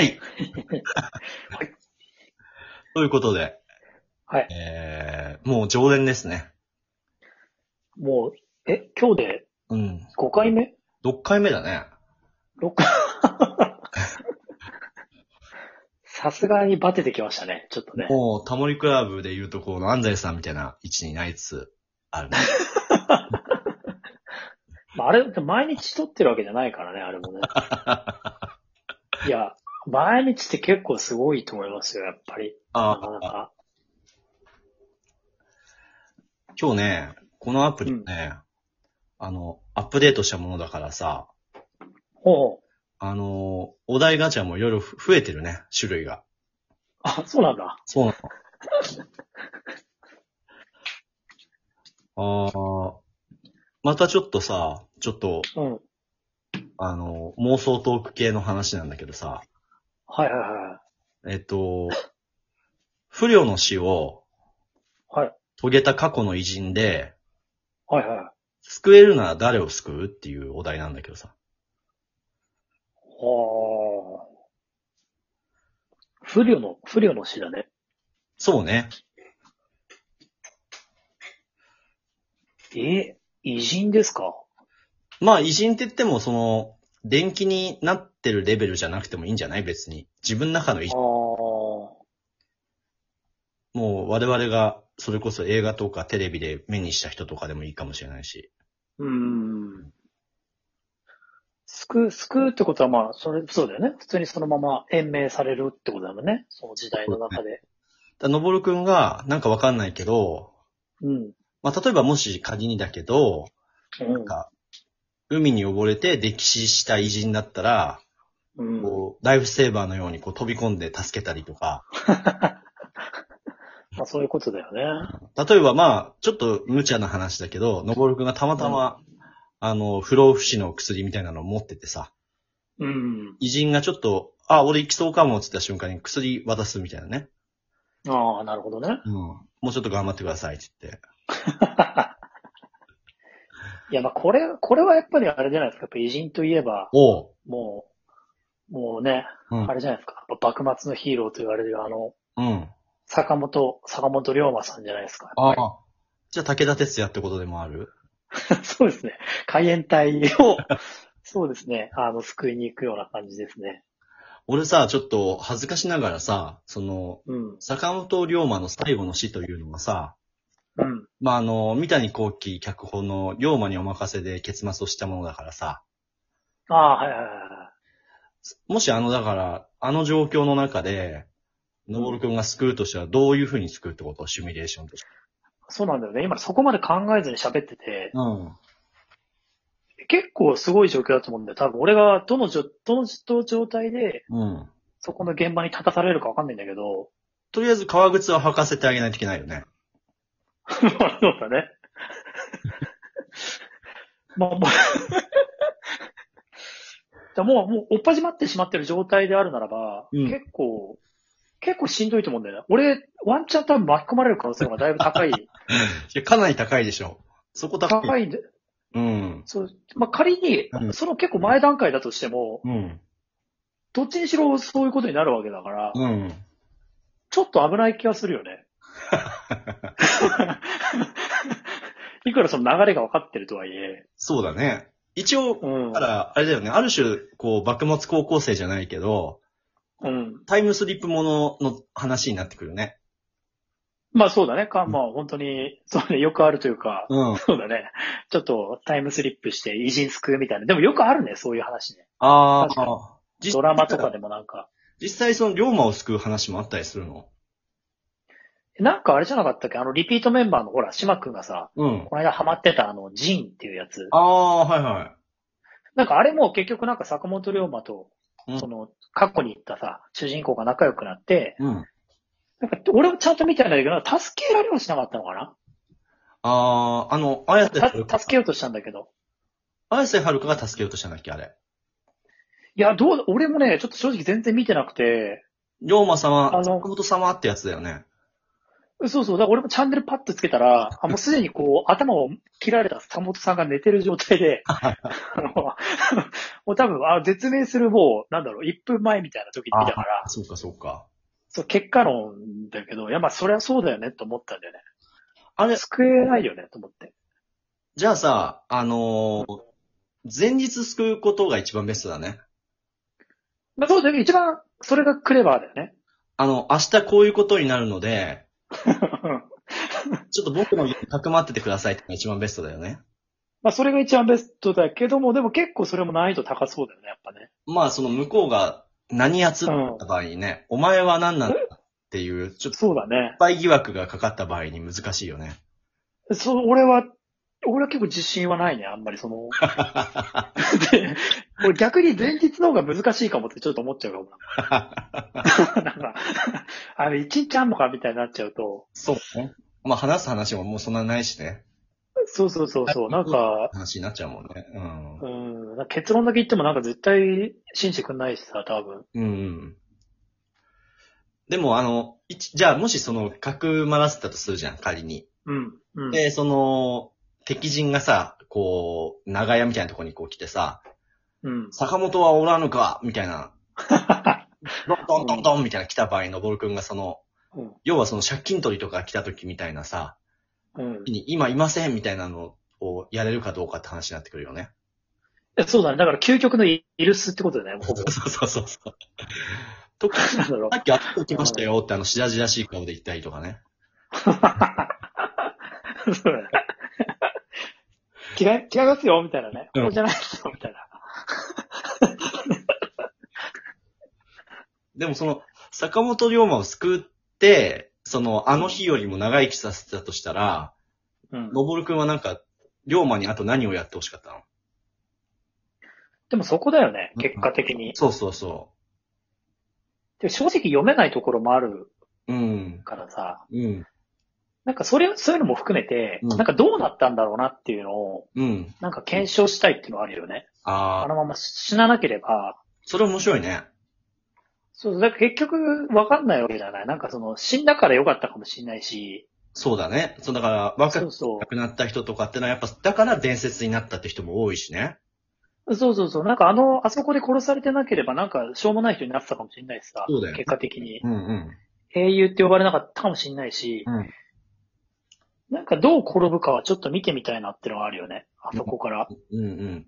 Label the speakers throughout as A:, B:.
A: ということで、
B: はい。
A: えー、もう常連ですね。
B: もう、え、今日で
A: うん。
B: 5回目
A: 6回目だね。
B: ?6 回さすがにバテてきましたね、ちょっとね。
A: もう、タモリクラブで言うとこの安西さんみたいな位置にないつあるね。
B: まあ、あれ、毎日撮ってるわけじゃないからね、あれ もね。いや、毎日って結構すごいと思いますよ、やっぱり。な
A: あ
B: かなか。
A: 今日ね、このアプリね、あの、アップデートしたものだからさ、
B: おう
A: あの、お題ガチャもいろいろ増えてるね、種類が。
B: あ、そうなんだ。
A: そうなの。ああ、またちょっとさ、ちょっと、
B: うん。
A: あの、妄想トーク系の話なんだけどさ、
B: はいはいは
A: えっと、不良の死を
B: い。はい。
A: 遂げた過去の偉人で、
B: はいはい。
A: 救えるなら誰を救うっていうお題なんだけどさ。
B: おー。不慮の、不慮の死だね。
A: そうね。
B: え、偉人ですか
A: まあ、偉人って言っても、その、電気になってるレベルじゃなくてもいいんじゃない別に。自分の中の偉
B: あ
A: 人、
B: ー。
A: もう我々が、それこそ映画とかテレビで目にした人とかでもいいかもしれないし。
B: うーん。救う、救うってことはまあ、それ、そうだよね。普通にそのまま延命されるってことだもんね。その時代の中で。
A: だのぼるくんが、なんかわかんないけど、
B: うん。
A: まあ、例えばもし仮にだけど、
B: うん
A: か海に溺れて溺死した偉人だったら、
B: うん。
A: こう、ライフセーバーのようにこう飛び込んで助けたりとか、
B: まあ、そういうことだよね。
A: 例えばまあ、ちょっと無茶な話だけど、のぼるくんがたまたま、あの、不老不死の薬みたいなのを持っててさ、
B: うん。
A: 偉人がちょっと、あ、俺行きそうかもって言った瞬間に薬渡すみたいなね。
B: ああ、なるほどね。
A: うん。もうちょっと頑張ってくださいって言って。
B: いや、まあ、これ、これはやっぱりあれじゃないですか。やっぱ偉人といえば、
A: おう。
B: もう、もうね、
A: うん
B: あ。れじゃないですか。やっぱ幕末のヒーローと言われるあの、
A: うん。
B: 坂本、坂本龍馬さんじゃないですか。
A: ああ。じゃあ武田鉄矢ってことでもある
B: そうですね。海援隊を、そうですね。あの、救いに行くような感じですね。
A: 俺さ、ちょっと恥ずかしながらさ、その、
B: うん。
A: 坂本龍馬の最後の死というのがさ、
B: うん。
A: まあ、あの、三谷幸喜脚本の龍馬にお任せで結末をしたものだからさ、
B: ああ、はいはいは
A: もしあの、だから、あの状況の中で、のぼるくんが救うとしたらどういう風に救うってことシミュレーションとして。
B: い。そうなんだよね。今そこまで考えずに喋ってて、
A: うん。
B: 結構すごい状況だと思うんだよ。多分俺がどのじょ、どのじどの状態で、
A: うん。
B: そこの現場に立たされるかわかんないんだけど、
A: とりあえず革靴は履かせてあげないといけないよね。
B: まあそうだね。 まあ、もうだもう、 もう、追っ始まってしまってる状態であるならば、
A: うん
B: 結構、結構しんどいと思うんだよね。俺、ワンチャン多分巻き込まれる可能性の方がだいぶ高い。
A: いや、かなり高いでしょ。そこ高い。
B: 高いんで、
A: うん。
B: そう、まあ、仮に
A: う、ん
B: その結構前段階だとしても、
A: うん。
B: どっちにしろそういうことになるわけだから、
A: うん。
B: ちょっと危ない気がするよ ね。いくらその流れが分かってるとはいえ、
A: そうだね。一応、
B: うん
A: だか。ら、あれだよね、ある種、こう、幕末高校生じゃないけど、
B: うん。
A: タイムスリップものの話になってくるね。
B: まあそうだね。か、まあ本当に、そうね、よくあるというか、
A: うん。
B: そうだね。ちょっとタイムスリップして偉人救うみたいな。でもよくあるね、そういう話ね。
A: あ
B: 確かに
A: あ、実
B: ドラマとかでもなんか。
A: 実際その龍馬を救う話もあったりするの
B: なんかあれじゃなかったっけあの、リピートメンバーのほら、島くんがさ、
A: うん。
B: この間ハマってたあの、ジンっていうやつ。
A: ああ、はいは
B: なんかあれも結局なんか坂本龍馬と
A: う、ん
B: その、過去に行ったさ、主人公が仲良くなって、
A: い。うん。
B: なんか俺もちゃんと見てないんだけど、なんか助けられはしなかったのかな
A: ああ、あの、綾瀬はる
B: た
A: か、
B: 助けようとしたんだけど。
A: 綾瀬はるかが助けようとしたんだっけ、あれ。
B: いや、どう、俺もね、ちょっと正直全然見てなくて、
A: 龍馬様、
B: あの
A: 坂本様ってやつだよね。
B: そうそう。だから俺もチャンネルパッとつけたら、あもうすでにこう、頭を切られた坂本さんが寝てる状態で、あの、もう多分、あ絶命するもう、なんだろう、1分前みたいな時に見たから、
A: そうかそうか。
B: そう、結果論だけど、いや、まあ、そりゃそうだよねと思ったんだよね。
A: あれ、
B: 救えないよねと思って。
A: じゃあさ、あのー前日救うことが一番ベストだね。
B: まあ、そうだよね。一番、それがクレバーだよね。
A: あの、明日こういうことになるので、ちょっと僕の家にかくまっててくださいってのが一番ベストだよね。
B: まあ、それが一番ベストだけども、でも結構それも難易度高そうだよね、やっぱね。
A: まあ、その向こうが何やつだった場合にね、お前は何なんだっていう、ちょっと
B: そうだね
A: 失。敗疑惑がかかった場合に難しいよね。
B: そう、俺は、俺は結構自信はないね、あんまりその。で俺逆に前日の方が難しいかもってちょっと思っちゃうかも。なんか、あれ一日あんのかみたいになっちゃうと。
A: そうね。まあ、話す話ももうそんなないしね。
B: そうそうそうそう、なんか、
A: 話になっちゃうもんね。うん
B: うん、なんか結論だけ言ってもなんか絶対信じてくんないしさ、多分。。
A: うんうん。でも、あの、いちじゃあ、もしその、かくまらせたとするじゃん、仮に。
B: うん、うん。
A: で、その、敵陣がさ、こう、長屋みたいなとこにこう来てさ、
B: うん。
A: 坂本はおらぬかみたい な、ドンドンドンドンみたいな来た場合、のぼるくんがその、
B: うん
A: 要はその借金取りとか来た時みたいなさ、
B: うん
A: 時に今いませんみたいなのをやれるかどうかって話になってくるよね。
B: えそうだね。だから究極のイルスってことだよね、ほぼ。
A: そうそうそうそう。とか、さ
B: なんだろう。
A: っきあっときましたよってあの、しらじらしい顔で言ったりとかね。
B: そうだね。嫌い、嫌いますよ、みたいなね。
A: うん
B: これじゃないですよ、みたいな。
A: でもその、坂本龍馬を救って、その、あの日よりも長生きさせたとしたら、
B: うん。
A: のぼるくんはなんか、龍馬にあと何をやってほしかったの
B: でもそこだよね、結果的に。
A: そうそうそ
B: でも正直読めないところもある
A: う。うん。
B: からさ、
A: うん。
B: なんかそれ、そういうのも含めて、
A: うん
B: なんかどうなったんだろうなっていうのを、
A: うん。
B: なんか検証したいっていうのはあるよね。あ
A: ああ、
B: のまま死ななければ、
A: それ面白いね。
B: そう、だから結局わかんないわけじゃない。なんかその死んだから良かったかもしれないし、
A: そうだね。そうだから、若
B: そ
A: く
B: うそ
A: 亡くなった人とかってのはやっぱ、だから伝説になったって人も多いしね。
B: う。そうそうそう。なんかあの、あそこで殺されてなければなんかしょうもない人になってたかもしれないしさ、
A: そうだよね
B: 結果的に。
A: うんうん。
B: 英雄って呼ばれなかったかもしれないし、
A: うん
B: なんかどう転ぶかはちょっと見てみたいなってのはあるよね。あそこから。
A: うんうん。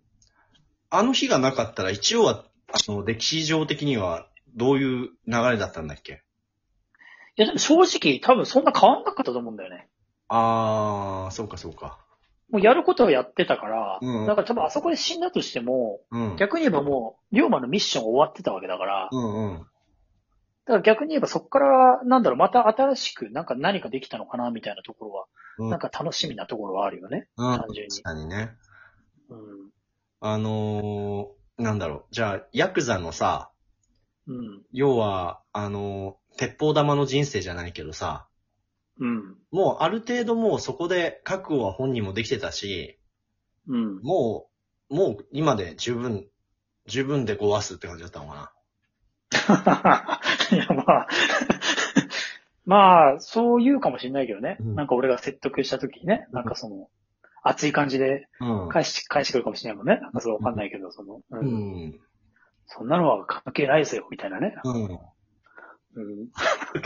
A: あの日がなかったら、一応は、あの、歴史上的には、どういう流れだったんだっけ
B: いや、でも正直多分そんな変わんなかったと思うんだよね。
A: あー、そうかそうか。
B: もうやることはやってたから、
A: うん
B: だから多分あそこで死んだとしても、
A: うん。
B: 逆に言えばもう、龍馬のミッション終わってたわけだから、
A: うんうん。
B: だから逆に言えばそこから、なんだろう、また新しくなんか何かできたのかなみたいなところは、
A: うん
B: なんか楽しみなところはあるよね。
A: うん。
B: 単純に
A: 確かにね。
B: うん。
A: あのー、なんだろう。じゃあ、ヤクザのさ、
B: うん。
A: 要は、あのー鉄砲玉の人生じゃないけどさ、
B: うん。
A: もうある程度もうそこで覚悟は本人もできてたし、
B: うん。
A: もう、もう今で十分、十分でごわすって感じだったのかな。
B: いや、まあ、 まあ、そう言うかもしれないけどね。
A: うん
B: なんか俺が説得した時にね、なんかその、熱い感じで
A: うん
B: 返し、返してくるかもしれないもんね。なんかそれわかんないけど、その、うん
A: うん。
B: そんなのは関係ないですよ、みたいなね。
A: うん。
B: うん。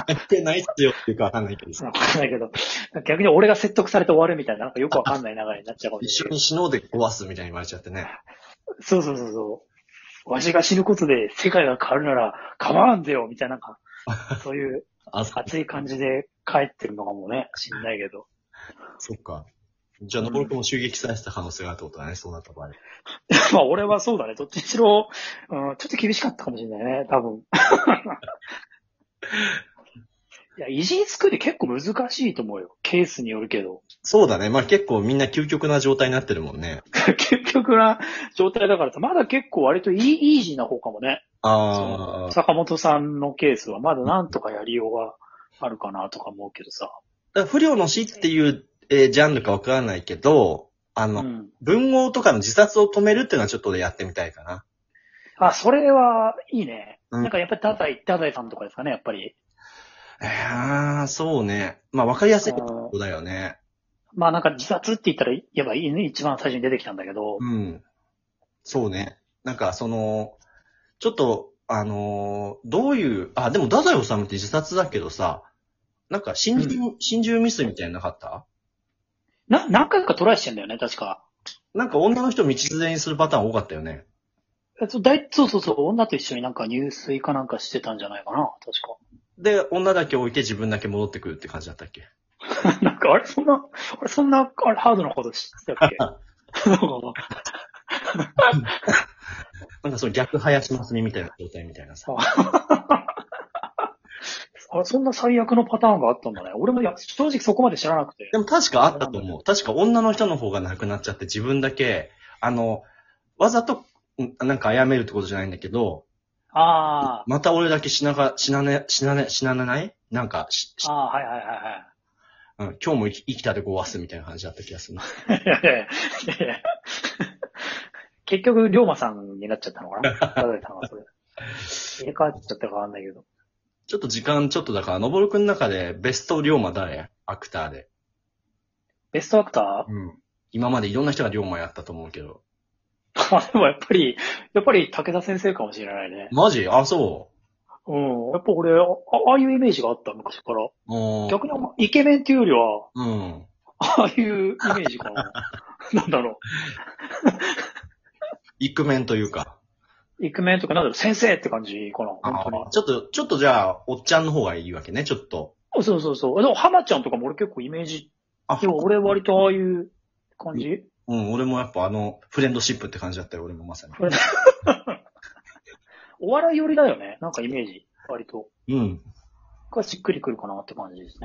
A: 関係ないっすよっていうかわかんないけどさ。
B: わかんないけど、逆に俺が説得されて終わるみたいな、なんかよくわかんない流れになっちゃうかも
A: 一
B: し
A: 緒
B: れない。
A: に死のうで壊すみたいに言われちゃってね。
B: そうそうそうそう。わしが死ぬことで世界が変わるなら構わんぜよ、みたいな、な んか、そういう
A: あ、そ
B: 熱い感じで帰ってるのかもね、しんないけど。
A: そっか。じゃあ、のぼるくんも襲撃されてた可能性があるってことだね、そうなった場合。
B: まあ俺はそうだね。どっちにしろ、うん、ちょっと厳しかったかもしれないね、多分。 いや、偉人救うって結構難しいと思うよ。ケースによるけど。
A: そうだね。まあ結構みんな究極な状態になってるもんね。
B: 結局な状態だからさ、まだ結構割とイーイージーな方かもね。
A: ああ。
B: 坂本さんのケースはまだなんとかやりようがあるかなとか思うけどさ。
A: だから不良の死っていう、えージャンルかわからないけど、あ
B: う
A: の、
B: ん。
A: 文豪とかの自殺を止めるっていうのはちょっと俺やってみたいかな。
B: あ、それはいいね。
A: うん
B: なんかやっぱりダダイ、ダダイさんとかですかね、やっぱり。
A: えー、そうね。まあわかりやすいこ
B: うん
A: とだよね。
B: まあなんか自殺って言ったら言えばいいね。一番最初に出てきたんだけど。
A: うん。そうね。なんかその、ちょっとあのーどういう、あ、でも、太宰治って自殺だけどさ、なんか、心中、心中ミスみたいなのなかった
B: な、何回かトライしてんだよね、確か。
A: なんか、女の人道連れにするパターン多かったよね。
B: えそうだいそうそうそう、女と一緒になんか入水かなんかしてたんじゃないか な、確
A: で、女だけ置いて自分だけ戻ってくるって感じだったっけ
B: か。なんか、あれ、そんな、あれ、そんな、あれ、ハードなことしてたっけなんか
A: なんか、その逆林真澄みたいな状態みたいなさ。
B: あそんな最悪のパターンがあったんだね。俺もいや正直そこまで知らなくて。
A: でも確かあったと思う。確か女の人の方が亡くなっちゃって自分だけ、あの、わざと、んなんか殺めるってことじゃないんだけど、
B: あ
A: また俺だけ死なが、死なね、死なね、死なないなんかし、し
B: あ、ああ、はいはいは
A: うん、今日も生き生きたでごわすみたいな感じだった気がするな。
B: いはい。いやいやいやいや 結局、龍馬さんになっちゃったのかなただたのはそれ。入れ替わっちゃったかわかんないけど。
A: ちょっと時間ちょっとだから、のぼるくんの中でベスト龍馬誰アクターで。
B: ベストアクタ
A: うん。今までいろんな人が龍馬やったと思うけど。
B: ーあでもやっぱり、やっぱり武田先生かもしれないね。
A: マジあ、そ
B: うん。やっぱ俺、あああいうイメージがあった、昔から。
A: う。うん。
B: 逆にあんまイケメンっていうよりは、
A: うん。
B: ああいうイメージか な。なんだろ
A: イクメンというか。
B: う。イケメンとか、なんだろう、先生って感じかな。
A: あ
B: 本当に。
A: ちょっと、ちょっとじゃあ、おっちゃんの方がいいわけね、ちょっと。
B: そうそうそう。でも、浜ちゃんとかも俺結構イメージ、
A: あ
B: でも俺割とああいう感じ、
A: うん、俺もやっぱあの、フレンドシップって感じだったよ、俺もまさに。
B: お笑い寄りだよね。なんかイメージ、割と。
A: うん。
B: がしっくりくるかなって感じですね。